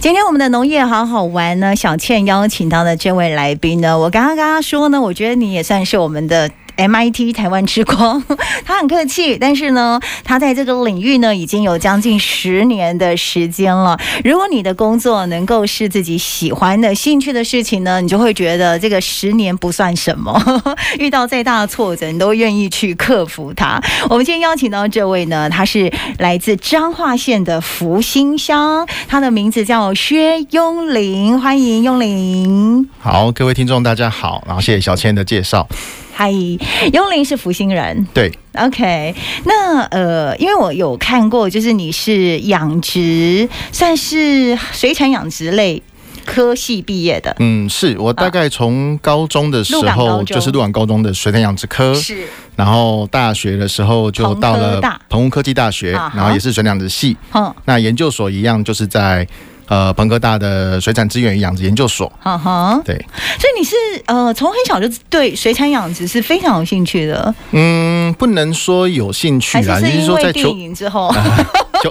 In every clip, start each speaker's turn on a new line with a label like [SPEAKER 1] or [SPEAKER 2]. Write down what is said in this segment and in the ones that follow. [SPEAKER 1] 今天我们的农业好好玩呢，小倩邀请到的这位来宾呢，我刚刚跟她说呢，我觉得你也算是我们的。MIT 台湾之光，他很客气，但是呢，他在这个领域呢已经有将近十年的时间了。如果你的工作能够是自己喜欢的、兴趣的事情呢，你就会觉得这个十年不算什么， 遇到再大的挫折，你都愿意去克服它。 我们今天邀请到这位呢，他是来自彰化县的福兴乡，他的名字叫薛雍林，欢迎雍林。
[SPEAKER 2] 好，各位听众大家好，然后谢谢小倩的介绍。
[SPEAKER 1] 嗨，雍林是福星人。
[SPEAKER 2] 对
[SPEAKER 1] OK，那呃，因为我有看过，就是你是养殖，算是水产养殖类科系毕业的，
[SPEAKER 2] 嗯，是我大概从高中的时
[SPEAKER 1] 鹿港高
[SPEAKER 2] 候，
[SPEAKER 1] 中
[SPEAKER 2] 就是鹿港高中的水产养殖科，
[SPEAKER 1] 是
[SPEAKER 2] 然后大学的时候就到
[SPEAKER 1] 澎科
[SPEAKER 2] 了
[SPEAKER 1] 大
[SPEAKER 2] 澎湖科技大学，
[SPEAKER 1] 啊哈
[SPEAKER 2] 然后也是水产养殖系。
[SPEAKER 1] 哼
[SPEAKER 2] 那研究所一样就是在呃澎科大的水产资源与养殖研究所。
[SPEAKER 1] 哼哼，
[SPEAKER 2] 对，
[SPEAKER 1] 所以你是呃，从很小就对水产养殖是非常有兴趣的，
[SPEAKER 2] 嗯，不能说有兴趣
[SPEAKER 1] 还是
[SPEAKER 2] 啦，
[SPEAKER 1] 是
[SPEAKER 2] 也就是
[SPEAKER 1] 因
[SPEAKER 2] 说
[SPEAKER 1] 为
[SPEAKER 2] 在
[SPEAKER 1] 电
[SPEAKER 2] 求
[SPEAKER 1] 影之 后？
[SPEAKER 2] 求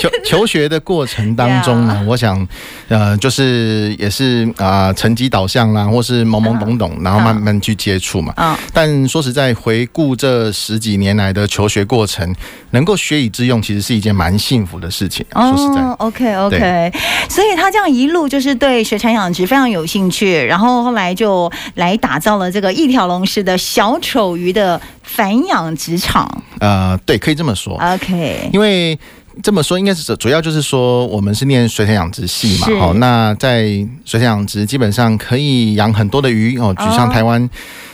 [SPEAKER 2] 求求学的过程当中呢，我想，呃，就是也是啊、成绩导向啦，或是懵懵懂懂，然后慢慢去接触嘛。
[SPEAKER 1] 啊，
[SPEAKER 2] 但说实在，回顾这十几年来的求学过程，能够学以致用，其实是一件蛮幸福的事情。啊说实在，
[SPEAKER 1] 哦，OK OK，所以他这样一路就是对水产养殖非常有兴趣，然后后来就来打造了这个一条龙式的小丑鱼的繁养殖场。
[SPEAKER 2] 呃，对，可以这么说，
[SPEAKER 1] OK，
[SPEAKER 2] 因为。这么说应该是主主要就是说，我们是念水产养殖系嘛
[SPEAKER 1] 是，
[SPEAKER 2] 哦，那在水产养殖基本上可以养很多的鱼哦，举上
[SPEAKER 1] 哦
[SPEAKER 2] 台湾，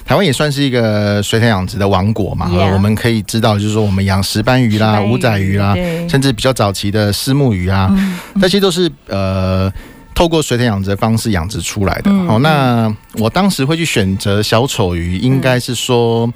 [SPEAKER 2] 台湾也算是一个水产养殖的王国嘛哦
[SPEAKER 1] Yeah
[SPEAKER 2] 我们可以知道就是说我们养石斑鱼啦、
[SPEAKER 1] 石斑鱼
[SPEAKER 2] 五仔鱼啦，
[SPEAKER 1] 对
[SPEAKER 2] 甚至比较早期的丝木鱼啊，
[SPEAKER 1] 嗯
[SPEAKER 2] 那些都是呃透过水田养殖的方式养殖出来的。
[SPEAKER 1] 嗯嗯
[SPEAKER 2] 好、那我当时会去选择小丑鱼，应该是说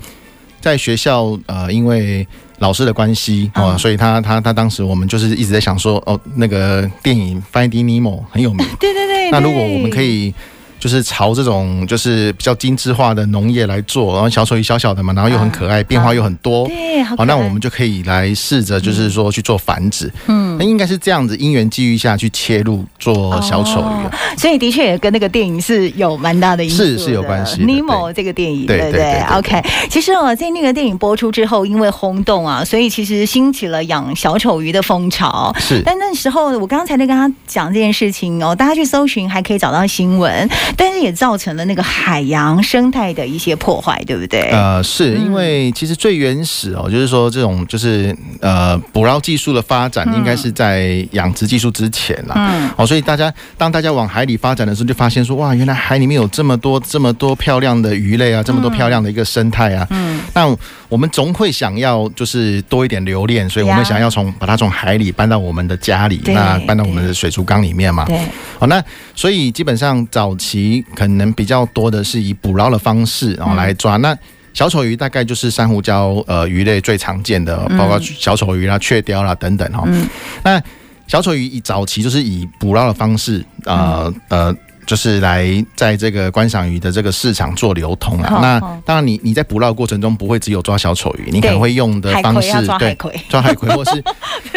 [SPEAKER 2] 在学校呃，因为老师的关系哦、
[SPEAKER 1] 嗯
[SPEAKER 2] 所以他他他当时我们就是一直在想说，哦，那个电影《Finding Nemo》很有名，
[SPEAKER 1] 对对对。
[SPEAKER 2] 那
[SPEAKER 1] 对
[SPEAKER 2] 如果我们可，以。就是朝这种就是比较精致化的农业来做，然后小丑鱼小小的嘛，然后又
[SPEAKER 1] 嗯
[SPEAKER 2] 很可爱，变化又很多，
[SPEAKER 1] 对，好可
[SPEAKER 2] 好，
[SPEAKER 1] 爱，
[SPEAKER 2] 那我们就可以来试着，就是说去做繁殖。
[SPEAKER 1] 嗯
[SPEAKER 2] 那，应该是这样子，因缘际遇下去切入做小丑鱼啊。
[SPEAKER 1] 哦所以的确也跟那个电影是有蛮大的因素
[SPEAKER 2] 是是有关系的对
[SPEAKER 1] Nemo 这个电影，
[SPEAKER 2] 对
[SPEAKER 1] 不
[SPEAKER 2] 对对对
[SPEAKER 1] OK，其实哦，在那个电影播出之后，因为轰动啊，所以其实兴起了养小丑鱼的风潮。
[SPEAKER 2] 是
[SPEAKER 1] 但那时候我刚才在跟他讲这件事情哦，大家去搜寻还可以找到新闻，但是也造成了那个海洋生态的一些破坏，对不对？
[SPEAKER 2] 呃，是
[SPEAKER 1] 嗯
[SPEAKER 2] 因为其实最原始哦，就是说这种就是呃捕捞技术的发展，
[SPEAKER 1] 嗯
[SPEAKER 2] 应该是在养殖技术之前啦。
[SPEAKER 1] 嗯，
[SPEAKER 2] 哦，所以大家当大家往海里发展的时候，就发现说哇，原来海里面有这么多这么多漂亮的鱼类啊，这么多漂亮的一个生态啊。
[SPEAKER 1] 嗯，
[SPEAKER 2] 那我们总会想要就是多一点留恋，所以我们
[SPEAKER 1] 呀
[SPEAKER 2] 想要从把它从海里搬到我们的家里，
[SPEAKER 1] 对
[SPEAKER 2] 那搬到我们
[SPEAKER 1] 对
[SPEAKER 2] 的水族缸里面嘛。
[SPEAKER 1] 对，
[SPEAKER 2] 好，那所以基本上早期可能比较多的是以捕捞的方式然后
[SPEAKER 1] 嗯
[SPEAKER 2] 来抓、那。小丑鱼大概就是珊瑚礁呃鱼类最常见的，哦包括小丑鱼啦、雀鲷啦等等哈、
[SPEAKER 1] 嗯
[SPEAKER 2] 那小丑鱼以早期就是以捕捞的方式，呃、
[SPEAKER 1] 嗯
[SPEAKER 2] 呃，就是来在这个观赏鱼的这个市场做流通啊。
[SPEAKER 1] 好
[SPEAKER 2] 那
[SPEAKER 1] 好
[SPEAKER 2] 当然你，你在捕捞的过程中不会只有抓小丑鱼，你可能
[SPEAKER 1] 哦对
[SPEAKER 2] 会用的
[SPEAKER 1] 海
[SPEAKER 2] 方
[SPEAKER 1] 葵
[SPEAKER 2] 式
[SPEAKER 1] 要抓海
[SPEAKER 2] 对
[SPEAKER 1] 葵，
[SPEAKER 2] 抓海葵，或是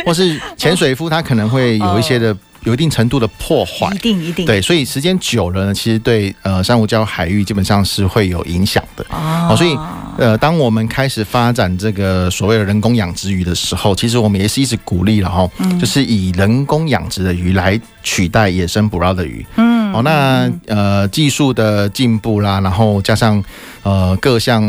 [SPEAKER 2] 或是潜水夫，他可能会有一些的有一定程度的破坏
[SPEAKER 1] 一。定一定，
[SPEAKER 2] 对，所以时间久了呢，其实对呃珊瑚礁海域基本上是会有影响的。
[SPEAKER 1] 哦
[SPEAKER 2] 好所以呃，当我们开始发展这个所谓的人工养殖鱼的时候，其实我们也是一直鼓励了哈、
[SPEAKER 1] 嗯
[SPEAKER 2] 就是以人工养殖的鱼来取代野生捕捞的鱼。
[SPEAKER 1] 嗯
[SPEAKER 2] 哦，那呃技术的进步啦，然后加上呃各项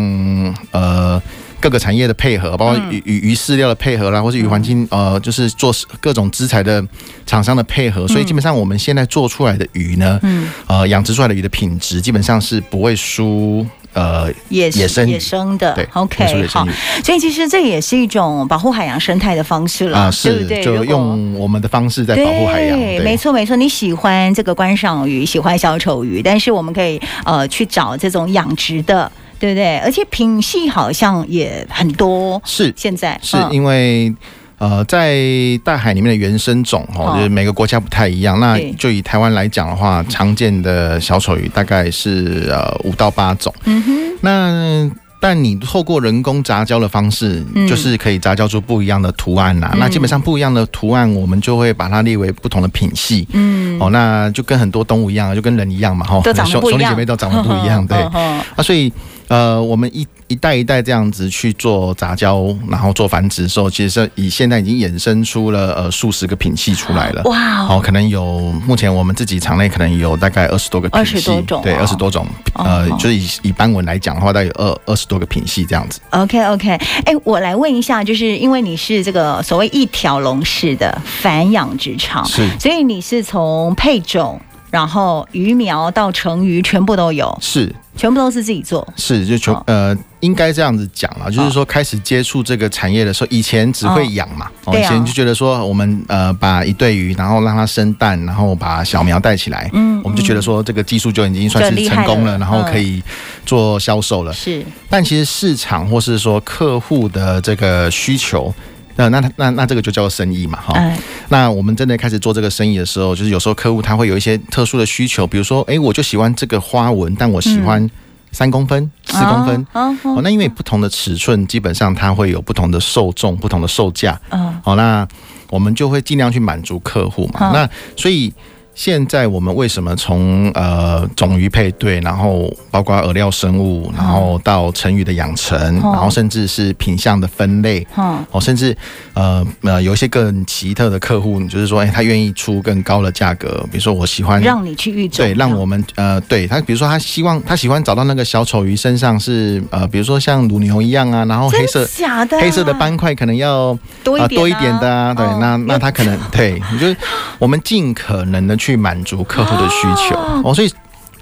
[SPEAKER 2] 呃各个产业的配合，包括
[SPEAKER 1] 嗯
[SPEAKER 2] 鱼鱼鱼饲料的配合啦，或是鱼环境呃就是做各种资材的厂商的配合，所以基本上我们现在做出来的鱼呢，
[SPEAKER 1] 嗯，
[SPEAKER 2] 呃养殖出来的鱼的品质基本上是不会输呃
[SPEAKER 1] 野
[SPEAKER 2] 野生
[SPEAKER 1] 野生的
[SPEAKER 2] 对不会输
[SPEAKER 1] 啊，OK，
[SPEAKER 2] 野
[SPEAKER 1] 好
[SPEAKER 2] 生鱼，
[SPEAKER 1] 所以其实这也是一种保护海洋生态的方式了，
[SPEAKER 2] 啊、
[SPEAKER 1] 对
[SPEAKER 2] 是
[SPEAKER 1] 不对？
[SPEAKER 2] 就
[SPEAKER 1] 如果
[SPEAKER 2] 用我们的方式在
[SPEAKER 1] 对，
[SPEAKER 2] 保护海洋，
[SPEAKER 1] 没错没错。你喜欢这个观赏鱼，喜欢小丑鱼，但是我们可以呃去找这种养殖的，对不对？而且品系好像也很多，
[SPEAKER 2] 是
[SPEAKER 1] 现在
[SPEAKER 2] 是
[SPEAKER 1] 嗯
[SPEAKER 2] 因为。呃，在大海里面的原生种哦
[SPEAKER 1] 哦，
[SPEAKER 2] 就是每个国家不太一样。那
[SPEAKER 1] 对
[SPEAKER 2] 就以台湾来讲的话，常见的小丑鱼大概是呃五到八种。
[SPEAKER 1] 嗯哼，
[SPEAKER 2] 那但你透过人工杂交的方式，
[SPEAKER 1] 嗯
[SPEAKER 2] 就是可以杂交出不一样的图案啦、
[SPEAKER 1] 嗯
[SPEAKER 2] 那基本上不一样的图案，我们就会把它列为不同的品系。
[SPEAKER 1] 嗯，
[SPEAKER 2] 哦，那就跟很多动物一样，就跟人一样嘛，哈、
[SPEAKER 1] 都长得
[SPEAKER 2] 兄
[SPEAKER 1] 不一
[SPEAKER 2] 兄弟姐
[SPEAKER 1] 样，
[SPEAKER 2] 妹都长得不 一样，对。
[SPEAKER 1] 嗯
[SPEAKER 2] 啊，所以呃，我们一一代一代这样子去做杂交，然后做繁殖的时候，其实是以现在已经衍生出了呃数十个品系出来了。
[SPEAKER 1] 哇哦，
[SPEAKER 2] 哦，可能有目前我们自己场内可能有大概二十多个品系，
[SPEAKER 1] 20多种哦
[SPEAKER 2] 对，二十多种，呃，
[SPEAKER 1] 哦
[SPEAKER 2] 就是以以斑纹来讲的话，大概有二二十多个品系这样子。
[SPEAKER 1] OK OK，哎、我来问一下，就是因为你是这个所谓一条龙式的繁养殖场，
[SPEAKER 2] 是
[SPEAKER 1] 所以你是从配种，然后鱼苗到成鱼全部都有，
[SPEAKER 2] 是
[SPEAKER 1] 全部都是自己做。
[SPEAKER 2] 是，就全、
[SPEAKER 1] 哦
[SPEAKER 2] 呃，应该这样子讲啦，就是说开始接触这个产业的时候，以前只会养嘛，哦
[SPEAKER 1] 对
[SPEAKER 2] 以
[SPEAKER 1] 啊啊
[SPEAKER 2] 前就觉得说我们呃把一对鱼，然后让它生蛋，然后把小苗带起来，
[SPEAKER 1] 嗯
[SPEAKER 2] 我们就觉得说这个技术就已经算
[SPEAKER 1] 就厉
[SPEAKER 2] 是
[SPEAKER 1] 害
[SPEAKER 2] 成功
[SPEAKER 1] 了嗯
[SPEAKER 2] 了，然后可以做销售了。
[SPEAKER 1] 是
[SPEAKER 2] 但其实市场或是说客户的这个需求。那那那那这个就叫生意嘛哈、
[SPEAKER 1] 哎，
[SPEAKER 2] 那我们真的开始做这个生意的时候，就是有时候客户他会有一些特殊的需求，比如说，诶，我就喜欢这个花纹，但我喜欢嗯三公分、四、公分。
[SPEAKER 1] 啊，
[SPEAKER 2] 哦，
[SPEAKER 1] 哦
[SPEAKER 2] 那因为不同的尺寸，基本上它会有不同的受众、不同的售价。
[SPEAKER 1] 嗯
[SPEAKER 2] 好、那我们就会尽量去满足客户嘛。
[SPEAKER 1] 嗯
[SPEAKER 2] 那所以现在我们为什么从呃种鱼配对，然后包括饵料生物，然后到成鱼的养成，
[SPEAKER 1] 嗯哦
[SPEAKER 2] 然后甚至是品相的分类。
[SPEAKER 1] 嗯
[SPEAKER 2] 哦，甚至呃呃，有一些更奇特的客户，就是说，哎、他愿意出更高的价格，比如说我喜欢
[SPEAKER 1] 让你去育种，
[SPEAKER 2] 对，让我们呃，对他，比如说他希望他喜欢找到那个小丑鱼身上是呃，比如说像乳牛一样啊，然后黑色
[SPEAKER 1] 真假的啊
[SPEAKER 2] 黑色的斑块可能要
[SPEAKER 1] 多一
[SPEAKER 2] 呃
[SPEAKER 1] 点、
[SPEAKER 2] 多一点的啊，对，
[SPEAKER 1] 哦
[SPEAKER 2] 那那他 可能对，你就是我们尽可能的去满足客户的需求
[SPEAKER 1] 哦
[SPEAKER 2] 哦，所以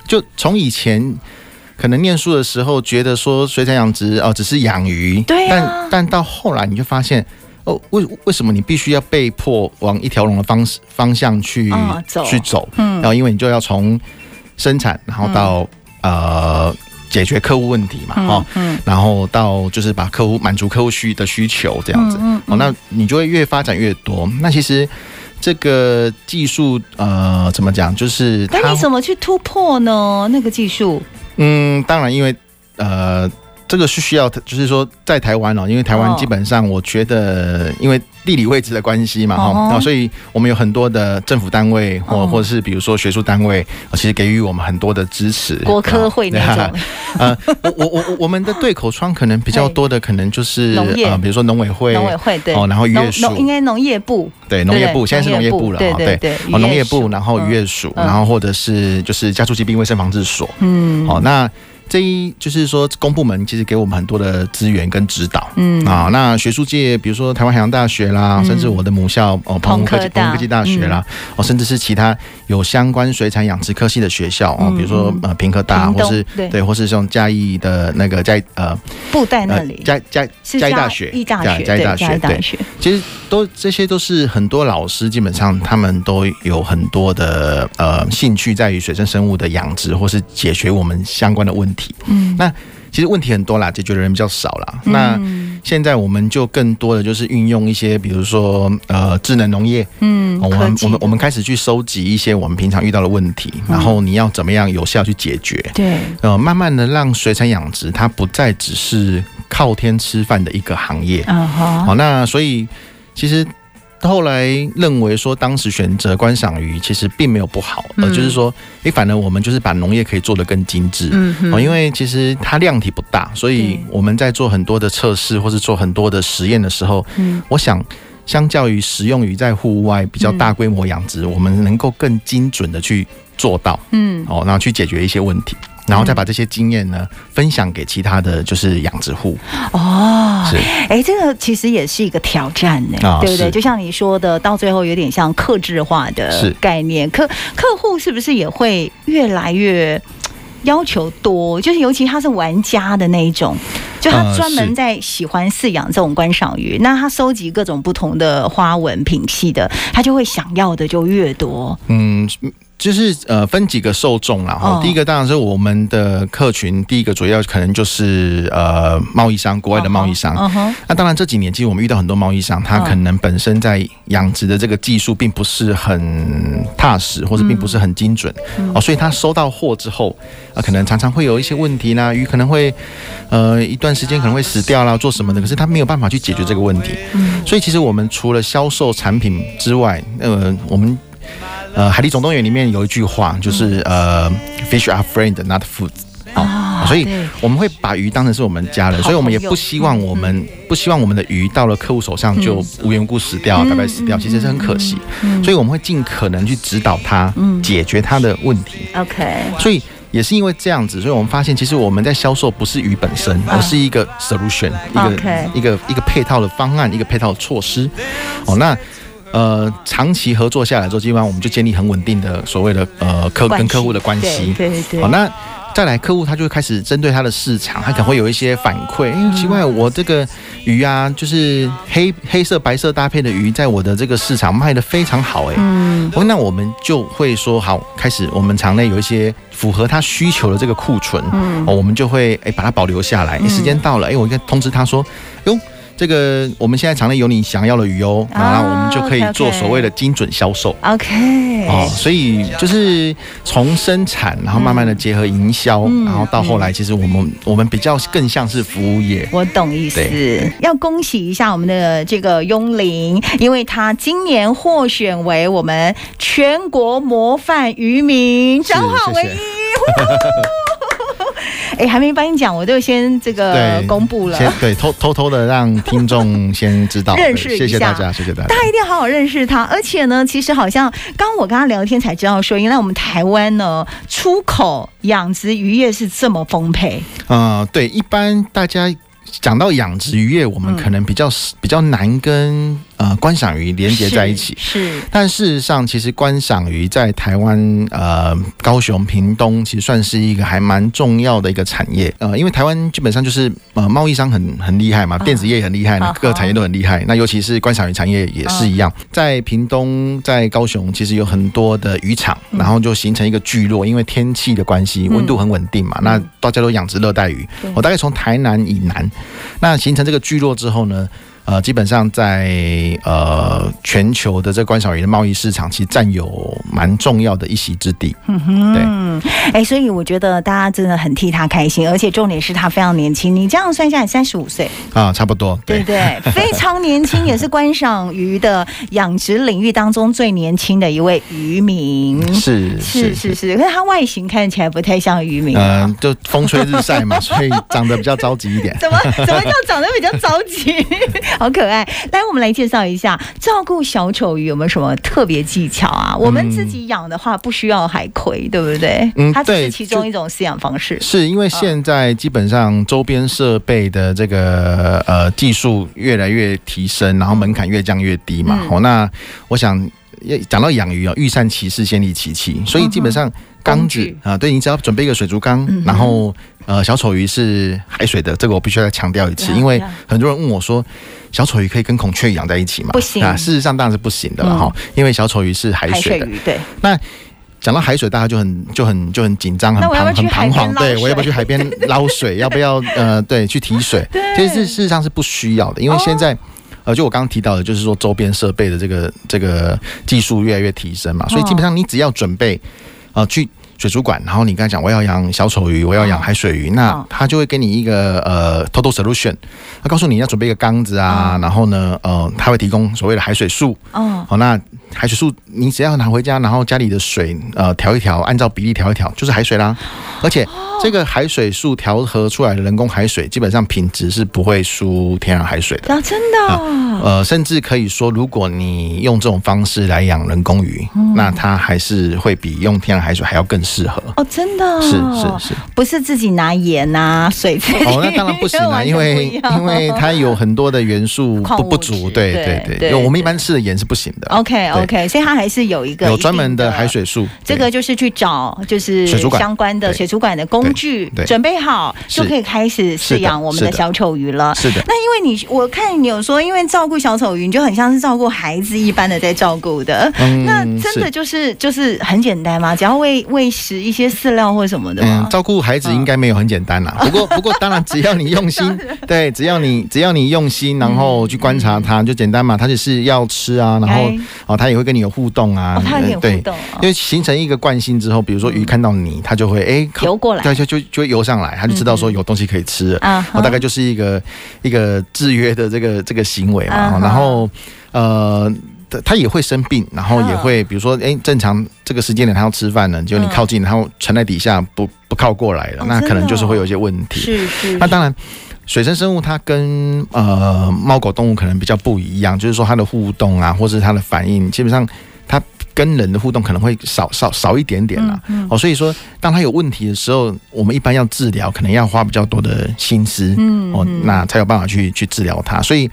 [SPEAKER 2] 就从以前。可能念书的时候觉得说水产养殖哦，只是养鱼，
[SPEAKER 1] 对啊
[SPEAKER 2] 但但到后来你就发现哦，为为什么你必须要被迫往一条龙的方式方向去、
[SPEAKER 1] 哦走
[SPEAKER 2] 去走？
[SPEAKER 1] 嗯
[SPEAKER 2] 然后因为你就要从生产，然后到、呃解决客户问题嘛，哦，
[SPEAKER 1] 嗯
[SPEAKER 2] 然后到就是把客户满足客户需的需求这样子，
[SPEAKER 1] 嗯
[SPEAKER 2] 哦，那你就会越发展越多。那其实这个技术呃怎么讲，就是它
[SPEAKER 1] 但你怎么去突破呢？那个技术，
[SPEAKER 2] 嗯，当然因为呃。这个是需要，就是说，在台湾哦，因为台湾
[SPEAKER 1] 哦
[SPEAKER 2] 基本上，我觉得因为地理位置的关系嘛，哈、
[SPEAKER 1] 哦
[SPEAKER 2] 那、所以我们有很多的政府单位或、
[SPEAKER 1] 哦
[SPEAKER 2] 或者是比如说学术单位，呃其实给予我们很多的支持。
[SPEAKER 1] 国科会那 种，
[SPEAKER 2] 呃，我我我我我们的对口窗可能比较多的，可能就是
[SPEAKER 1] 农业
[SPEAKER 2] 呃，比如说农委会
[SPEAKER 1] 农委会对，
[SPEAKER 2] 哦，然后渔
[SPEAKER 1] 农
[SPEAKER 2] 业署
[SPEAKER 1] 农应该农业部，
[SPEAKER 2] 对农业
[SPEAKER 1] 对
[SPEAKER 2] 部，现在是农业部了
[SPEAKER 1] 对
[SPEAKER 2] 哈，
[SPEAKER 1] 对对，
[SPEAKER 2] 哦，农
[SPEAKER 1] 渔
[SPEAKER 2] 业
[SPEAKER 1] 署
[SPEAKER 2] 部，然后渔业署，
[SPEAKER 1] 嗯
[SPEAKER 2] 然后或者是就是家畜疾病卫生防治所，
[SPEAKER 1] 嗯，
[SPEAKER 2] 哦，那这一就是说公部门其实给我们很多的资源跟指导。
[SPEAKER 1] 嗯
[SPEAKER 2] 啊，那学术界，比如说台湾海洋大学啦，
[SPEAKER 1] 嗯
[SPEAKER 2] 甚至我的母校哦，
[SPEAKER 1] 澎
[SPEAKER 2] 澎湖
[SPEAKER 1] 科
[SPEAKER 2] 科技
[SPEAKER 1] 大嗯
[SPEAKER 2] 澎湖科技大学啦，哦，甚至是其他有相关水产养殖科系的学校哦
[SPEAKER 1] 嗯，
[SPEAKER 2] 比如说
[SPEAKER 1] 嗯
[SPEAKER 2] 呃平科大，
[SPEAKER 1] 屏
[SPEAKER 2] 或
[SPEAKER 1] 东
[SPEAKER 2] 是
[SPEAKER 1] 对
[SPEAKER 2] 对，或是像嘉义的那个嘉义呃
[SPEAKER 1] 布袋那
[SPEAKER 2] 呃
[SPEAKER 1] 里。
[SPEAKER 2] 嘉嘉
[SPEAKER 1] 是
[SPEAKER 2] 嘉义大学
[SPEAKER 1] 义大
[SPEAKER 2] 嘉
[SPEAKER 1] 学，
[SPEAKER 2] 嘉义
[SPEAKER 1] 对
[SPEAKER 2] 大
[SPEAKER 1] 嘉
[SPEAKER 2] 学
[SPEAKER 1] 义大
[SPEAKER 2] 对
[SPEAKER 1] 学，
[SPEAKER 2] 其实都这些都是很多老师基本上他们都有很多的呃兴趣在于水生生物的养殖或是解决我们相关的问题。
[SPEAKER 1] 嗯，
[SPEAKER 2] 那其实问题很多啦，解决的人比较少啦。那
[SPEAKER 1] 嗯
[SPEAKER 2] 现在我们就更多的就是运用一些，比如说呃智能农业，
[SPEAKER 1] 嗯，
[SPEAKER 2] 哦我
[SPEAKER 1] 科
[SPEAKER 2] 们
[SPEAKER 1] 技嗯
[SPEAKER 2] 我们我们开始去收集一些我们平常遇到的问题，然后你要怎么样有效去解决。
[SPEAKER 1] 对，
[SPEAKER 2] 呃，慢慢的让水产养殖它不再只是靠天吃饭的一个行业。
[SPEAKER 1] 啊哈，
[SPEAKER 2] 好，那所以其实后来认为说，当时选择观赏鱼其实并没有不好，
[SPEAKER 1] 嗯
[SPEAKER 2] 呃，就是说，诶，反而我们就是把农业可以做得更精致。
[SPEAKER 1] 嗯哼
[SPEAKER 2] 哦，因为其实它量体不大，所以
[SPEAKER 1] 对
[SPEAKER 2] 我们在做很多的测试或是做很多的实验的时候，
[SPEAKER 1] 嗯
[SPEAKER 2] 我想，相较于食用鱼在户外比较大规模养殖，我们能够更精准的去做到
[SPEAKER 1] 嗯，
[SPEAKER 2] 哦，然后去解决一些问题，然后再把这些经验呢分享给其他的就是养殖户。
[SPEAKER 1] 哦，
[SPEAKER 2] 是
[SPEAKER 1] 哎，这个其实也是一个挑战呢、
[SPEAKER 2] 啊
[SPEAKER 1] 对不对？
[SPEAKER 2] 是
[SPEAKER 1] 就像你说的，到最后有点像克制化的
[SPEAKER 2] 是
[SPEAKER 1] 概念，客客户是不是也会越来越嘖要求多？就是尤其他是玩家的那一种，就他
[SPEAKER 2] 呃
[SPEAKER 1] 专门
[SPEAKER 2] 是
[SPEAKER 1] 在喜欢饲养这种观赏鱼，那他收集各种不同的花纹品系的，他就会想要的就越多。
[SPEAKER 2] 嗯，就是呃分几个受众啦哈、
[SPEAKER 1] 哦
[SPEAKER 2] 第一个当然是我们的客群，第一个主要可能就是呃贸易商，国外的贸易商。
[SPEAKER 1] 嗯哼，
[SPEAKER 2] 那当然这几年其实我们遇到很多贸易商，他
[SPEAKER 1] 嗯
[SPEAKER 2] 可能本身在养殖的这个技术并不是很踏实，或者并不是很精准、哦，所以他收到货之后，啊、可能常常会有一些问题啦，鱼可能会呃一段时间可能会死掉啦，做什么的，可是他没有办法去解决这个问题。所以其实我们除了销售产品之外，呃，我们呃《海底总动员》里面有一句话，就是呃，fish are friend not food。哦，所以
[SPEAKER 1] 对
[SPEAKER 2] 我们会把鱼当成是我们家人，所以我们也不希望我
[SPEAKER 1] 嗯
[SPEAKER 2] 们不希望我们的鱼到了客户手上就无缘无故死掉、
[SPEAKER 1] 嗯
[SPEAKER 2] 白白死掉，其实是很可惜。所以我们会尽可能去指导它，
[SPEAKER 1] 嗯
[SPEAKER 2] 解决它的问题。
[SPEAKER 1] ，OK，
[SPEAKER 2] 所以也是因为这样子，所以我们发现，其实我们在销售不是鱼本身，而是一个 solution，一个
[SPEAKER 1] 啊 OK
[SPEAKER 2] 一个一个配套的方案，一个配套的措施。哦，那。呃，长期合作下来之后，基本上我们就建立很稳定的所谓的呃客
[SPEAKER 1] 关系
[SPEAKER 2] 跟客户的关系。
[SPEAKER 1] 对对对
[SPEAKER 2] 好，那再来客户他就会开始针对他的市场，他可能会有一些反馈。
[SPEAKER 1] 嗯
[SPEAKER 2] 因为奇怪，我这个鱼啊，就是黑黑色白色搭配的鱼，在我的这个市场卖的非常好哎、
[SPEAKER 1] 嗯，
[SPEAKER 2] 哦，那我们就会说好，开始我们场内有一些符合他需求的这个库存，嗯，哦，我们就会哎把它保留下来。
[SPEAKER 1] 嗯
[SPEAKER 2] 诶时间到了，哎，我应该通知他说，哟。这个我们现在场内有你想要的鱼哦，
[SPEAKER 1] 啊
[SPEAKER 2] 然后我们就可以
[SPEAKER 1] OK，OK
[SPEAKER 2] 做所谓的精准销售
[SPEAKER 1] OK，
[SPEAKER 2] 哦，所以就是从生产，然后慢慢的结合营销，
[SPEAKER 1] 嗯
[SPEAKER 2] 然后到后来，其实我们我们比较更像是服务业，
[SPEAKER 1] 我懂意思
[SPEAKER 2] 对对，
[SPEAKER 1] 要恭喜一下我们的这个雍玲，因为她今年获选为我们全国模范渔民，
[SPEAKER 2] 是
[SPEAKER 1] 彰化唯一
[SPEAKER 2] 谢谢。
[SPEAKER 1] 哎，还没帮你讲，我就先这个
[SPEAKER 2] 对，
[SPEAKER 1] 公布了。
[SPEAKER 2] 先对偷偷偷的让听众先知 道，
[SPEAKER 1] 认识
[SPEAKER 2] 对
[SPEAKER 1] 一
[SPEAKER 2] 谢谢大
[SPEAKER 1] 下
[SPEAKER 2] 家，谢谢大家
[SPEAKER 1] 大。家一定要好好认识他，而且呢，其实好像刚我跟他聊天才知道说，原来我们台湾呢出口养殖渔业是这么丰沛。
[SPEAKER 2] 呃，对，一般大家讲到养殖渔业，我们
[SPEAKER 1] 嗯
[SPEAKER 2] 可能比较、比较难跟呃观赏鱼连接在一起。
[SPEAKER 1] 是是
[SPEAKER 2] 但事实上，其实观赏鱼在台湾，呃，高雄、屏东，其实算是一个还蛮重要的一个产业。呃，因为台湾基本上就是呃贸易商很很厉害嘛，电子业也很厉害，
[SPEAKER 1] 啊
[SPEAKER 2] 各个产业都很厉害。那尤其是观赏鱼产业也是一样，在屏东、在高雄，其实有很多的渔场，
[SPEAKER 1] 嗯
[SPEAKER 2] 然后就形成一个聚落，因为天气的关系，温度很稳定嘛，那大家都养殖热带鱼。
[SPEAKER 1] 嗯对
[SPEAKER 2] 我、大概从台南以南，那形成这个聚落之后呢，呃，基本上在呃全球的这观赏鱼的贸易市场，其实占有蛮重要的一席之地。
[SPEAKER 1] 嗯， 哎，所以我觉得大家真的很替他开心，而且重点是他非常年轻。你这样算下来三十五岁，
[SPEAKER 2] 啊、差不多。
[SPEAKER 1] 对不对？非常年轻，也是观赏鱼的养殖领域当中最年轻的一位渔民。
[SPEAKER 2] 是
[SPEAKER 1] 是是
[SPEAKER 2] 是
[SPEAKER 1] 是，可是他外形看起来不太像渔民。
[SPEAKER 2] 嗯、呃就风吹日晒 嘛，所以长得比较着急一点。
[SPEAKER 1] 怎么怎么叫长得比较着急， 好可爱。来，我们来介绍一下照顾小丑鱼有没有什么特别技巧啊？我们自己养的话不需要海葵，对不对？
[SPEAKER 2] 嗯
[SPEAKER 1] 它只是
[SPEAKER 2] 对
[SPEAKER 1] 其中一种饲养方式。
[SPEAKER 2] 是因为现在基本上周边设备的这个呃技术越来越提升，然后门槛越降越低嘛。
[SPEAKER 1] 嗯
[SPEAKER 2] 好、那我想要讲到养鱼啊、哦，欲善其事，先利其器，所以基本上缸子
[SPEAKER 1] 嗯工具
[SPEAKER 2] 啊、对你只要准备一个水族缸，
[SPEAKER 1] 嗯哼
[SPEAKER 2] 然后呃小丑鱼是海水的，这个我必须要再强调一次，
[SPEAKER 1] 对啊
[SPEAKER 2] 因为
[SPEAKER 1] 对啊
[SPEAKER 2] 很多人问我说。小丑鱼可以跟孔雀养在一起吗？
[SPEAKER 1] 不行嗯
[SPEAKER 2] 啊！事实上当然是不行的了哈、因为小丑鱼是海
[SPEAKER 1] 海水
[SPEAKER 2] 水的。
[SPEAKER 1] 鱼对，
[SPEAKER 2] 讲到海水，大家就很就很就很紧张，很
[SPEAKER 1] 那我要不
[SPEAKER 2] 彷
[SPEAKER 1] 要去
[SPEAKER 2] 很
[SPEAKER 1] 海
[SPEAKER 2] 彷徨
[SPEAKER 1] 边。捞
[SPEAKER 2] 对我要不
[SPEAKER 1] 水
[SPEAKER 2] 要去海边 捞水？要不要呃对去提水？其实事实上是不需要的，因为现
[SPEAKER 1] 哦
[SPEAKER 2] 在。呃，就我刚刚提到的，就是说周边设备的这个这个技术越来越提
[SPEAKER 1] 哦
[SPEAKER 2] 升嘛，所以基本上你只要准备，呃，去水族馆，然后你刚才讲我要养小丑鱼，我要养海水鱼，那
[SPEAKER 1] 哦
[SPEAKER 2] 他就会给你一个呃 total solution，他告诉你要准备一个缸子啊，然后呢，呃，他会提供所谓的海水素，
[SPEAKER 1] 哦，
[SPEAKER 2] 好，那海水素你只要拿回家，然后家里的水呃调一调，按照比例调一调，就是海水啦。而且这个海水素调和出来的人工海水，基本上品质是不会输天然海水的。
[SPEAKER 1] 啊，真的哦、
[SPEAKER 2] 呃，甚至可以说，如果你用这种方式来养人工鱼，
[SPEAKER 1] 嗯
[SPEAKER 2] 那它还是会比用天然海水还要更适合。
[SPEAKER 1] 哦，真的哦
[SPEAKER 2] 是 是是，
[SPEAKER 1] 不是自己拿盐啊、水自己
[SPEAKER 2] 哦，那当然不行 啦，
[SPEAKER 1] 完
[SPEAKER 2] 因
[SPEAKER 1] 全不
[SPEAKER 2] 为
[SPEAKER 1] 一样
[SPEAKER 2] 因为它有很多的元 素
[SPEAKER 1] 矿
[SPEAKER 2] 不不
[SPEAKER 1] 物质
[SPEAKER 2] 足，对
[SPEAKER 1] 对
[SPEAKER 2] 对
[SPEAKER 1] 对
[SPEAKER 2] 对，我们一
[SPEAKER 1] 对
[SPEAKER 2] 般吃的盐是不行的。
[SPEAKER 1] OK
[SPEAKER 2] 哦对对
[SPEAKER 1] OK，所以它还是有一个
[SPEAKER 2] 有专门
[SPEAKER 1] 的
[SPEAKER 2] 的海。水术，
[SPEAKER 1] 这
[SPEAKER 2] 对
[SPEAKER 1] 个就是去找就是
[SPEAKER 2] 水族馆
[SPEAKER 1] 相关的
[SPEAKER 2] 对
[SPEAKER 1] 水族馆的工具
[SPEAKER 2] 对对
[SPEAKER 1] 准备好，
[SPEAKER 2] 是
[SPEAKER 1] 就可以开始饲
[SPEAKER 2] 是的
[SPEAKER 1] 养我们的
[SPEAKER 2] 是的
[SPEAKER 1] 小丑鱼了。
[SPEAKER 2] 是的，
[SPEAKER 1] 那因为你，我看你有说，因为照顾小丑鱼，你就很像是照顾孩子一般的在照顾的。
[SPEAKER 2] 嗯
[SPEAKER 1] 那真的
[SPEAKER 2] 是
[SPEAKER 1] 就是就是很简单嘛，只要喂喂食一些饲料或什么的
[SPEAKER 2] 嗯
[SPEAKER 1] 嘛，。
[SPEAKER 2] 照顾孩子应该没有很简单啦。
[SPEAKER 1] 哦
[SPEAKER 2] 不过，不过当然，只要你 用心，对，只要你只要你用心，然后去观察它，就简单嘛。它就是要吃啊，然后
[SPEAKER 1] 哎
[SPEAKER 2] 哦，它也会跟你有互动啊
[SPEAKER 1] 哦，，它有点
[SPEAKER 2] 呃对
[SPEAKER 1] 互，动哦
[SPEAKER 2] 因，为形成一个惯性之后，比如说鱼看到你，它就会哎靠
[SPEAKER 1] 游过来嗯
[SPEAKER 2] 对，就就就会游上来，它就知道说有东西可以吃了。
[SPEAKER 1] 啊哈
[SPEAKER 2] 哦，大概就是一个一个制约的这个这个行为嘛。
[SPEAKER 1] 嗯
[SPEAKER 2] 哦然后呃，它它也会生病，然后也会、比如说，哎，正常这个时间点它要吃饭了，就你
[SPEAKER 1] 嗯
[SPEAKER 2] 靠近，然后沉在底下不不靠过来了，
[SPEAKER 1] 哦
[SPEAKER 2] 那
[SPEAKER 1] 真
[SPEAKER 2] 可能
[SPEAKER 1] 的
[SPEAKER 2] 就是会
[SPEAKER 1] 哦
[SPEAKER 2] 有一些问题。
[SPEAKER 1] 是是，
[SPEAKER 2] 那当然。水生生物它跟呃猫狗动物可能比较不一样，就是说它的互动啊，或是它的反应，基本上它跟人的互动可能会少少少一点点啦、
[SPEAKER 1] 嗯
[SPEAKER 2] 哦，所以说，当它有问题的时候，我们一般要治疗，可能要花比较多的心思，
[SPEAKER 1] 嗯
[SPEAKER 2] 哦
[SPEAKER 1] 嗯，
[SPEAKER 2] 那才有办法去去治疗它。所以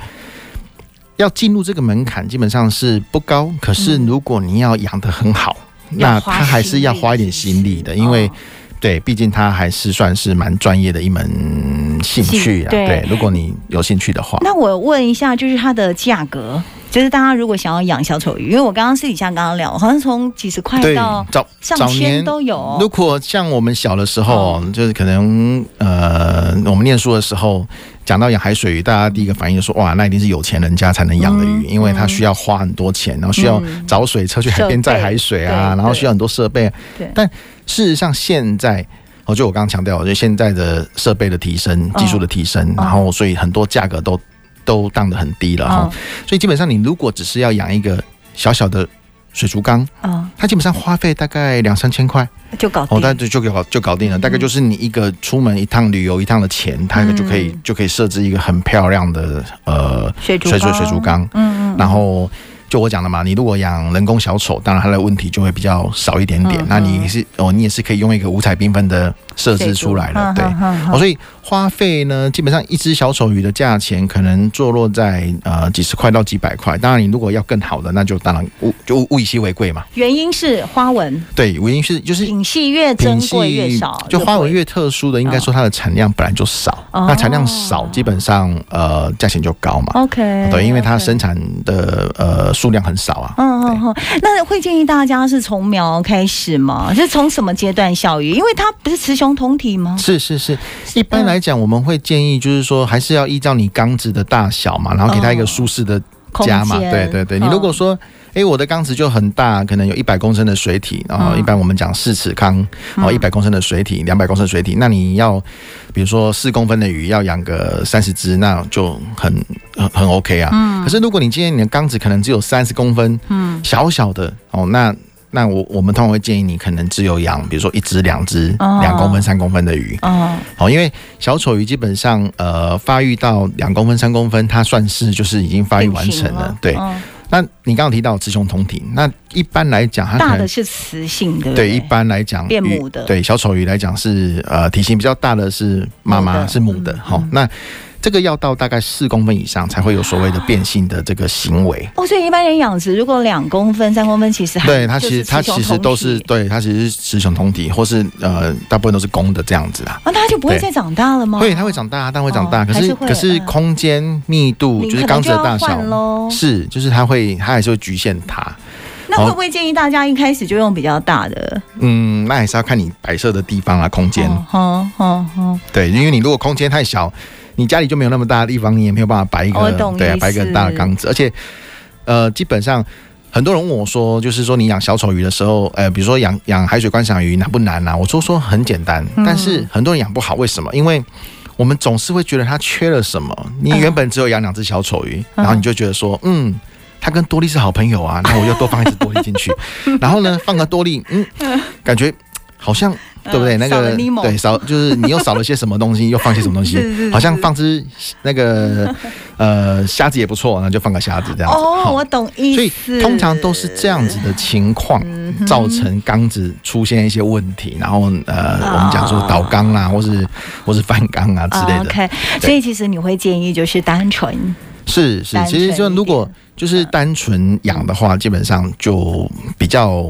[SPEAKER 2] 要进入这个门槛，基本上是不高。可是
[SPEAKER 1] 嗯
[SPEAKER 2] 如果你要养得很好，那
[SPEAKER 1] 要花
[SPEAKER 2] 它还是要花一点心力的，因为
[SPEAKER 1] 哦。
[SPEAKER 2] 对，毕竟它还是算是蛮专业的一门兴趣
[SPEAKER 1] 兴
[SPEAKER 2] 啊。
[SPEAKER 1] 对
[SPEAKER 2] 对，如果你有兴趣的话，
[SPEAKER 1] 那我问一下，就是它的价格，就是大家如果想要养小丑鱼，因为我刚刚私底下刚刚聊，好像从几十块
[SPEAKER 2] 对
[SPEAKER 1] 到
[SPEAKER 2] 早
[SPEAKER 1] 上
[SPEAKER 2] 早
[SPEAKER 1] 千
[SPEAKER 2] 年
[SPEAKER 1] 都有哦。
[SPEAKER 2] 如果像我们小的时候，就是可能呃，我们念书的时候，讲到养海水鱼，大家第一个反应就说哇，那一定是有钱人家才能养的鱼，
[SPEAKER 1] 嗯
[SPEAKER 2] 因为它需要花很多钱，然后需要找水车去海边载海水
[SPEAKER 1] 设
[SPEAKER 2] 啊，
[SPEAKER 1] 备
[SPEAKER 2] 然后需要很多设备啊
[SPEAKER 1] 对。
[SPEAKER 2] 但事实上，现在哦，就我刚刚强调，就现在的设备的提升、技术的提升，
[SPEAKER 1] 哦
[SPEAKER 2] 然后所以很多价格都都荡得很低了哈
[SPEAKER 1] 嗯。
[SPEAKER 2] 所以基本上，你如果只是要养一个小小的水族缸，
[SPEAKER 1] 嗯，
[SPEAKER 2] 它基本上花费大概两三千块。
[SPEAKER 1] 就搞定。
[SPEAKER 2] 哦，但就就搞就搞定了，大概就是你一个出门一趟旅游一趟的钱，它就可以、
[SPEAKER 1] 嗯
[SPEAKER 2] 就可以设置一个很漂亮的呃
[SPEAKER 1] 水族
[SPEAKER 2] 水水水族，缸，
[SPEAKER 1] 嗯嗯，
[SPEAKER 2] 然后。就我讲的嘛，你如果养人工小丑，当然它的问题就会比较少一点点。
[SPEAKER 1] 嗯
[SPEAKER 2] 那你是哦，你也是可以用一个五彩缤纷的设置出来
[SPEAKER 1] 嗯
[SPEAKER 2] 了，对。哦，
[SPEAKER 1] 对。
[SPEAKER 2] 所以花费呢，基本上一只小丑鱼的价钱可能坐落在呃几十块到几百块。当然，你如果要更好的，那就当然物就物物以稀为贵嘛。
[SPEAKER 1] 原因是花纹
[SPEAKER 2] 对，原因是就是
[SPEAKER 1] 品系越珍
[SPEAKER 2] 品
[SPEAKER 1] 贵越
[SPEAKER 2] 系
[SPEAKER 1] 少，
[SPEAKER 2] 就花纹
[SPEAKER 1] 贵
[SPEAKER 2] 越特殊的，应该说它的产量本来就少。
[SPEAKER 1] 哦
[SPEAKER 2] 那产量少，基本上呃价钱就高嘛。
[SPEAKER 1] OK。
[SPEAKER 2] 对，因为它
[SPEAKER 1] OK
[SPEAKER 2] 生产的呃数量很少啊。
[SPEAKER 1] 嗯嗯嗯，那会建议大家是从苗开始吗？是从什么阶段小鱼？因为它不是雌雄同体吗？
[SPEAKER 2] 是是
[SPEAKER 1] 嗯
[SPEAKER 2] 是，一般来讲，我们会建议就是说，还是要依照你缸子的大小嘛，然后给它一个
[SPEAKER 1] 哦
[SPEAKER 2] 舒适的
[SPEAKER 1] 嗯空
[SPEAKER 2] 家嘛。
[SPEAKER 1] 间
[SPEAKER 2] 对对对，你如果说，诶，我的缸子就很大，可能有一百公升的水体，然后
[SPEAKER 1] 嗯
[SPEAKER 2] 一般我们讲四尺缸，哦，一百公升的水体，两百公升的水体，那你要比如说四公分的鱼要养个三十只，那就很很很 OK 啊。嗯。可是如果你今天你的缸子可能只有三十公分，嗯，小小的哦，那。那我我们通常会建议你，可能只有养，比如说一只、两只、
[SPEAKER 1] 哦
[SPEAKER 2] 两公分、三公分的鱼，
[SPEAKER 1] 嗯，
[SPEAKER 2] 哦，因为小丑鱼基本上呃发育到两公分、三公分，它算是就是已经发育完成
[SPEAKER 1] 定型
[SPEAKER 2] 了。对，
[SPEAKER 1] 嗯
[SPEAKER 2] 那你刚刚提到雌雄同体，那一般来讲，它
[SPEAKER 1] 大
[SPEAKER 2] 可
[SPEAKER 1] 的
[SPEAKER 2] 能
[SPEAKER 1] 是雌性，对不
[SPEAKER 2] 对一般来讲，
[SPEAKER 1] 变
[SPEAKER 2] 鱼
[SPEAKER 1] 母的
[SPEAKER 2] 对小丑鱼来讲是呃体型比较大的是妈
[SPEAKER 1] 母
[SPEAKER 2] 妈
[SPEAKER 1] 的嗯
[SPEAKER 2] 是母的，好、那。这个要到大概四公分以上才会有所谓的变性的这个行 为，
[SPEAKER 1] 哦，所以一般人养殖如果两公分、三公分，其实还
[SPEAKER 2] 对它
[SPEAKER 1] 就
[SPEAKER 2] 其
[SPEAKER 1] 是
[SPEAKER 2] 实它
[SPEAKER 1] 雌雄
[SPEAKER 2] 其实
[SPEAKER 1] 同
[SPEAKER 2] 都是
[SPEAKER 1] 体
[SPEAKER 2] 对它其实是雌雄同体，或是呃大部分都是公的这样子啦。
[SPEAKER 1] 啊，那它就不会
[SPEAKER 2] 对
[SPEAKER 1] 再长大了吗？
[SPEAKER 2] 会，它会长大，但会长大。
[SPEAKER 1] 哦
[SPEAKER 2] 可
[SPEAKER 1] 还是
[SPEAKER 2] 是
[SPEAKER 1] 会
[SPEAKER 2] 可是
[SPEAKER 1] 嗯
[SPEAKER 2] 空间密度
[SPEAKER 1] 你
[SPEAKER 2] 就是
[SPEAKER 1] 可能
[SPEAKER 2] 缸子
[SPEAKER 1] 就
[SPEAKER 2] 的
[SPEAKER 1] 要
[SPEAKER 2] 大小
[SPEAKER 1] 换咯
[SPEAKER 2] 是，哦就是它会它还是会局限它。
[SPEAKER 1] 那会不会建议大家一开始就用比较大的？
[SPEAKER 2] 嗯，那还是要看你摆设的地方啊，空间。
[SPEAKER 1] 哦，哦哦哦，
[SPEAKER 2] 对，因为你如果空间太小，你家里就没有那么大的地方，你也没有办法摆一
[SPEAKER 1] 哦我
[SPEAKER 2] 个
[SPEAKER 1] 懂
[SPEAKER 2] 对啊
[SPEAKER 1] 意，
[SPEAKER 2] 摆一个
[SPEAKER 1] 思
[SPEAKER 2] 很大的缸子，而且呃，基本上。很多人问我说，就是说你养小丑鱼的时候，呃，比如说养养海水观赏鱼难不难啊？我说说很简单，
[SPEAKER 1] 嗯
[SPEAKER 2] 但是很多人养不好，为什么？因为我们总是会觉得它缺了什么。你原本只有养两只小丑鱼，
[SPEAKER 1] 嗯
[SPEAKER 2] 然后你就觉得说，嗯，它跟多利是好朋 友啊，那我就多放一只多利进去。然后呢，放个多利，嗯，感觉好像对不对？
[SPEAKER 1] 嗯
[SPEAKER 2] 那
[SPEAKER 1] 少了
[SPEAKER 2] 个
[SPEAKER 1] Nemo
[SPEAKER 2] 对少就是你又少了些什么东 西，又放些什么东西
[SPEAKER 1] 是是，
[SPEAKER 2] 好像放只 那个呃虾子也不错，那就放个虾子这样子。
[SPEAKER 1] 哦，
[SPEAKER 2] 好
[SPEAKER 1] 我懂意
[SPEAKER 2] 所
[SPEAKER 1] 思。
[SPEAKER 2] 以通常都是这样子的情况，
[SPEAKER 1] 嗯
[SPEAKER 2] 造成缸子出现一些问题，然后呃，我们讲说倒缸啊，或是或是翻缸啊之类
[SPEAKER 1] 啊
[SPEAKER 2] 的。
[SPEAKER 1] OK，所以其实你会建议就是单纯
[SPEAKER 2] 是是，
[SPEAKER 1] 单
[SPEAKER 2] 其实就
[SPEAKER 1] 纯一
[SPEAKER 2] 如果
[SPEAKER 1] 点嗯
[SPEAKER 2] 就是单纯养的话，基本上就比较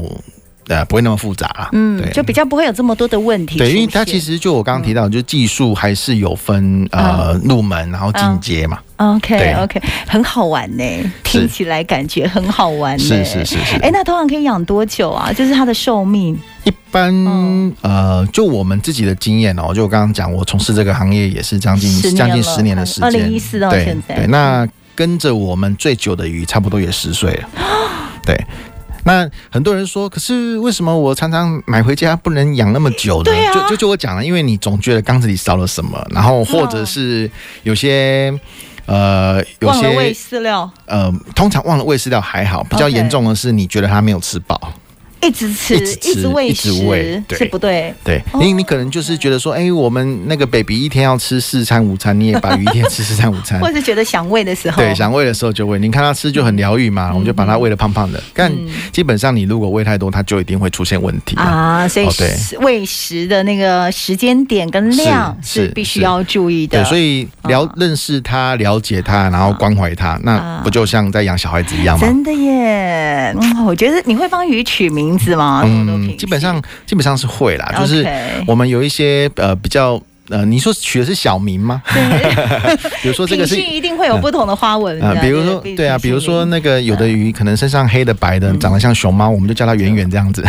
[SPEAKER 2] 呃不会那么复杂啦。
[SPEAKER 1] 嗯，
[SPEAKER 2] 对
[SPEAKER 1] 就比较不会有这么多的问题。
[SPEAKER 2] 对，因为它其。实就我刚刚提
[SPEAKER 1] 嗯
[SPEAKER 2] 到，就技术还是有分呃入门，然后进阶嘛。
[SPEAKER 1] OK
[SPEAKER 2] 对
[SPEAKER 1] OK，很好玩呢、听起来感觉很好玩呢、
[SPEAKER 2] 是是。是是
[SPEAKER 1] 哎、。那通常可以养多久啊？就是它的寿命。
[SPEAKER 2] 一般、
[SPEAKER 1] 嗯
[SPEAKER 2] 呃，就我们自己的经验哦，就我刚刚讲，我从事这个行业也是将近
[SPEAKER 1] 10年
[SPEAKER 2] 将近
[SPEAKER 1] 了
[SPEAKER 2] 十年的时间，
[SPEAKER 1] 2014到
[SPEAKER 2] 对
[SPEAKER 1] 现在嗯
[SPEAKER 2] 对，那跟着我们最久的鱼，差不多也十岁 了。对，那很多人说，可是为什么我常常买回家不能养那么久呢？
[SPEAKER 1] 对啊
[SPEAKER 2] 就就就我讲了，因为你总觉得缸子里少了什么，然后或者是有些。呃，有
[SPEAKER 1] 哦忘了喂
[SPEAKER 2] 些
[SPEAKER 1] 饲料，
[SPEAKER 2] 呃，通常忘了喂饲料还好，比较
[SPEAKER 1] OK
[SPEAKER 2] 严重的是你觉得它没有吃饱，
[SPEAKER 1] 一直吃，
[SPEAKER 2] 一直吃
[SPEAKER 1] 喂
[SPEAKER 2] 一直
[SPEAKER 1] 食
[SPEAKER 2] 喂，对
[SPEAKER 1] 是不对。
[SPEAKER 2] 对，
[SPEAKER 1] 哦
[SPEAKER 2] 因为你可能就是觉得说，哎、我们那个 baby 一天要吃四餐午餐，你也把鱼一天吃四餐午 餐
[SPEAKER 1] 或。者是觉得想喂的时候，
[SPEAKER 2] 嗯 对，想喂的时候就喂，你看它吃就很疗愈
[SPEAKER 1] 嗯
[SPEAKER 2] 嘛，我就把它喂得胖胖的。但基本上你如果喂太多，它就一定会出现问题啊。
[SPEAKER 1] 啊，所以
[SPEAKER 2] 哦对
[SPEAKER 1] 食喂食的那个时间点跟量
[SPEAKER 2] 是
[SPEAKER 1] 是
[SPEAKER 2] 是
[SPEAKER 1] 必须要注意的。
[SPEAKER 2] 对，所
[SPEAKER 1] 以
[SPEAKER 2] 以了、
[SPEAKER 1] 啊
[SPEAKER 2] 认识它、了解它，然后关怀它，那不就像在养小孩子一样吗？
[SPEAKER 1] 真的耶，嗯，我觉得你会帮鱼取名字吗？罗哦平
[SPEAKER 2] 嗯，基本上基本上是会啦，就是
[SPEAKER 1] OK
[SPEAKER 2] 我们有一些呃比较呃，你说取的是小名吗？ 比如说这个是
[SPEAKER 1] 品系一定会有不同的花纹
[SPEAKER 2] 啊，
[SPEAKER 1] 的嗯
[SPEAKER 2] 比如说对啊，比如说那个有的鱼可能身上黑的白的，长得像熊猫，我们就叫它圆圆这样子。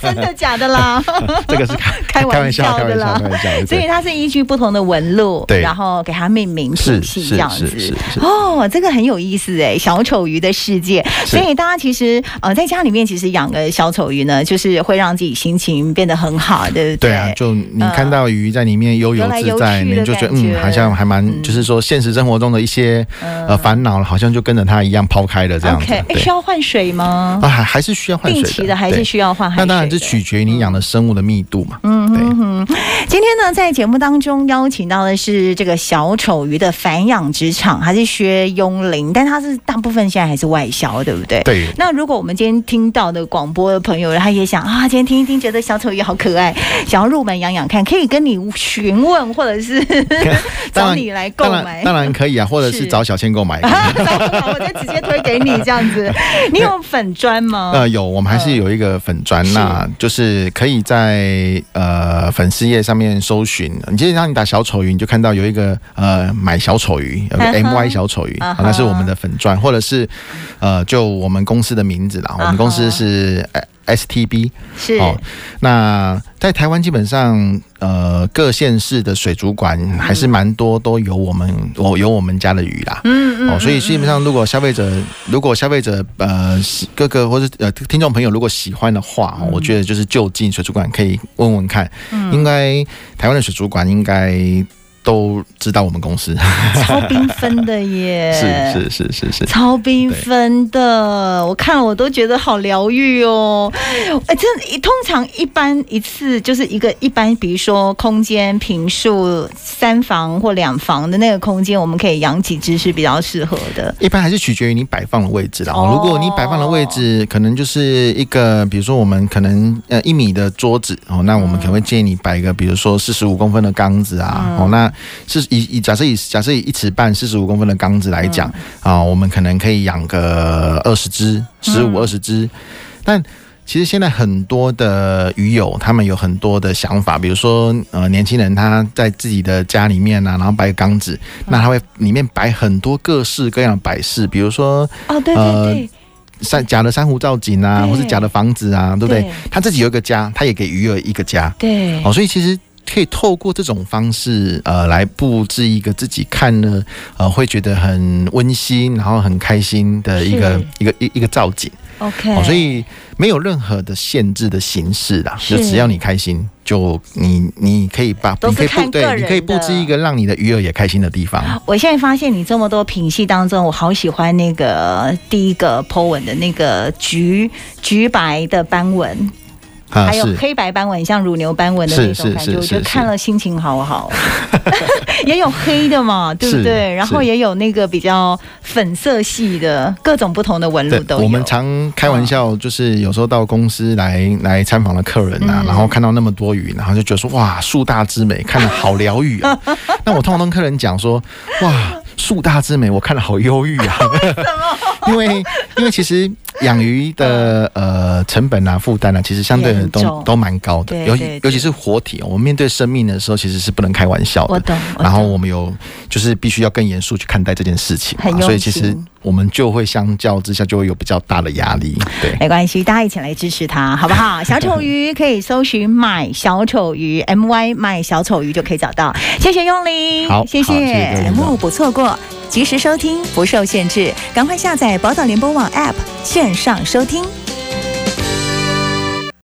[SPEAKER 1] 真的假的啦？
[SPEAKER 2] 这个是
[SPEAKER 1] 哦开
[SPEAKER 2] 开
[SPEAKER 1] 玩
[SPEAKER 2] 玩
[SPEAKER 1] 笑
[SPEAKER 2] 笑，
[SPEAKER 1] 的
[SPEAKER 2] 开玩
[SPEAKER 1] 啦
[SPEAKER 2] 笑，开玩笑。
[SPEAKER 1] 所以
[SPEAKER 2] 对，
[SPEAKER 1] 它是依据不同的纹路，
[SPEAKER 2] 对
[SPEAKER 1] 然后给它命名
[SPEAKER 2] 是
[SPEAKER 1] 品
[SPEAKER 2] 是
[SPEAKER 1] 系这样
[SPEAKER 2] 是
[SPEAKER 1] 子
[SPEAKER 2] 是。是，
[SPEAKER 1] 哦，这个很有意思哎，小丑鱼的世界。所以大家其实呃，在家里面其实养个小丑鱼呢，就是会让自己心情变得很好，对不对？嗯
[SPEAKER 2] 对啊，就你看到鱼在里面悠游自
[SPEAKER 1] 游来
[SPEAKER 2] 在，
[SPEAKER 1] 游去的
[SPEAKER 2] 你就觉得
[SPEAKER 1] 感觉嗯
[SPEAKER 2] 嗯，好像还蛮，就是说现实生活中的一些呃烦恼，好像就跟着它一样抛开了这样子
[SPEAKER 1] OK，。哎，
[SPEAKER 2] 对
[SPEAKER 1] 需要换水吗？
[SPEAKER 2] 啊，还还是需要换水
[SPEAKER 1] 定
[SPEAKER 2] 的，
[SPEAKER 1] 期的还是
[SPEAKER 2] 对
[SPEAKER 1] 需要换海水
[SPEAKER 2] 那
[SPEAKER 1] 的？
[SPEAKER 2] 当然是取决于你养的生物的密度嘛。嗯，对，
[SPEAKER 1] 今天呢，在节目当中邀请到的是这个小丑鱼的繁养殖场，还是薛雍林，但它是大部分现在还是外销，对不对？。
[SPEAKER 2] 对。
[SPEAKER 1] 那如果我们今天听到的广播的朋友，他也想啊，今天听一听，觉得小丑鱼好可爱，想要入门养养看，可以跟你询问，或者是 找你来购
[SPEAKER 2] 当
[SPEAKER 1] 买
[SPEAKER 2] 然，。当然可以啊，或者是
[SPEAKER 1] 是
[SPEAKER 2] 找小倩购买。
[SPEAKER 1] 啊 找我买我就直接推给你这样 子。你有粉砖吗？
[SPEAKER 2] 呃，有，我们还是有一个粉砖，
[SPEAKER 1] 嗯是
[SPEAKER 2] 那就是可以在呃粉丝页上面搜寻，你直接让你打小丑鱼，你就看到有一个呃买小丑鱼， 有个
[SPEAKER 1] 嗯哼
[SPEAKER 2] MY 小丑鱼，
[SPEAKER 1] 嗯
[SPEAKER 2] 啊
[SPEAKER 1] 哼
[SPEAKER 2] 那是我们的粉砖，或者是呃就我们公司的名字啦，我
[SPEAKER 1] 嗯哼
[SPEAKER 2] 们公司是呃 STB
[SPEAKER 1] 是、
[SPEAKER 2] 哦，那在台湾基本上呃各县市的水族馆
[SPEAKER 1] 嗯
[SPEAKER 2] 还是蛮多都有我们我有我们家的鱼啦，
[SPEAKER 1] 嗯
[SPEAKER 2] 哦，所以基本上，如果消费者，如果消费者呃喜各个或者呃听众朋友如果喜欢的话，
[SPEAKER 1] 嗯
[SPEAKER 2] 哦我觉得就是就近水族馆可以问问看，应该台湾的水族馆应该都知道我们公司，
[SPEAKER 1] 超缤纷的耶。
[SPEAKER 2] 是是是是是，
[SPEAKER 1] 超缤纷的，我看了我都觉得好疗愈哦。哎、真的通常一般一次就是一个一般，比如说空间平数三房或两房的那个空间，我们可以养几只是比较适合的。
[SPEAKER 2] 一般还是取决于你摆放的位置啦。
[SPEAKER 1] 哦
[SPEAKER 2] 哦、如果你摆放的位置可能就是一个，比如说我们可能呃一米的桌子哦，那我们可能会建议你摆一个，比如说四十五公分的缸子啊。哦，那是以以假设以假设以一尺半四十五公分的缸子来讲啊、我们可能可以养个二十只、十五二十只，但。其实现在很多的鱼友，他们有很多的想法，比如说，呃，年轻人他在自己的家里面啊，然后摆缸子，那他会里面摆很多各式各样的摆饰，比如说
[SPEAKER 1] 哦，对对
[SPEAKER 2] 呃
[SPEAKER 1] 对，
[SPEAKER 2] 珊假的珊瑚造景啊，
[SPEAKER 1] 对
[SPEAKER 2] 或是假的房子啊，对不对
[SPEAKER 1] 对？
[SPEAKER 2] 他自己有一个家，他也给鱼儿一个家，
[SPEAKER 1] 对
[SPEAKER 2] 哦，所以其实。可以透过这种方式，呃，来布置一个自己看呢，呃，会觉得很温馨，然后很开心的一个
[SPEAKER 1] 是
[SPEAKER 2] 一个一一个造景。
[SPEAKER 1] o k
[SPEAKER 2] 哦，所以没有任何的限制的形式啦，
[SPEAKER 1] 是
[SPEAKER 2] 就只要你开心，就你你可以把
[SPEAKER 1] 都
[SPEAKER 2] 你
[SPEAKER 1] 是
[SPEAKER 2] 可以
[SPEAKER 1] 看
[SPEAKER 2] 布
[SPEAKER 1] 个
[SPEAKER 2] 对，你可以
[SPEAKER 1] 人的哦
[SPEAKER 2] 布置一个让你的鱼儿也开心的地方。
[SPEAKER 1] 我现在发现你这么多品系当中，我好喜欢那个第一个 po 文的那个橘橘白的斑纹，
[SPEAKER 2] 啊，
[SPEAKER 1] 还有
[SPEAKER 2] 是
[SPEAKER 1] 黑白斑纹，像乳牛斑纹的那种感
[SPEAKER 2] 是
[SPEAKER 1] 觉，
[SPEAKER 2] 是是
[SPEAKER 1] 我觉得
[SPEAKER 2] 是
[SPEAKER 1] 看了心情好 好。哦 也有黑的嘛，对不
[SPEAKER 2] 是
[SPEAKER 1] 对？然后
[SPEAKER 2] 是
[SPEAKER 1] 也有那个比较粉色系的，各种不同的纹路
[SPEAKER 2] 对
[SPEAKER 1] 都，有。
[SPEAKER 2] 我们常开玩笑，就是有时候到公司来来参访的客人啊，
[SPEAKER 1] 嗯
[SPEAKER 2] 然后看到那么多鱼，然后 就觉得说哇，树大之美，看得好疗愈啊。那我通常跟客人讲说，哇，树大之美，我看了好忧郁 啊。 因为因为其实养鱼的呃成本啊负担啊，其实相对
[SPEAKER 1] 也
[SPEAKER 2] 的
[SPEAKER 1] 很
[SPEAKER 2] 都
[SPEAKER 1] 重
[SPEAKER 2] 都蛮高的，
[SPEAKER 1] 对
[SPEAKER 2] 尤
[SPEAKER 1] 对
[SPEAKER 2] 其
[SPEAKER 1] 对
[SPEAKER 2] 尤其是活体哦，我们面对生命的时候其实是不能开玩笑
[SPEAKER 1] 我
[SPEAKER 2] 的。
[SPEAKER 1] 懂。我
[SPEAKER 2] 然后
[SPEAKER 1] 懂
[SPEAKER 2] 我们有就是必须要更严肃去看待这件事情嘛
[SPEAKER 1] 很用，
[SPEAKER 2] 所以其实
[SPEAKER 1] 心
[SPEAKER 2] 我们就会相较之下就会有比较大的压力。对，
[SPEAKER 1] 没关系，大家一起来支持他，好不好？小丑鱼可以搜寻“买小丑鱼 ”，M Y 买小丑鱼就可以找到。谢谢用林，
[SPEAKER 2] 好
[SPEAKER 1] 谢
[SPEAKER 2] 好谢谢各位
[SPEAKER 1] 谢
[SPEAKER 2] 听
[SPEAKER 3] 节
[SPEAKER 2] 众。
[SPEAKER 3] 目不错过，及时收听，不受限制，赶快下载宝岛联播网 App 线上收听。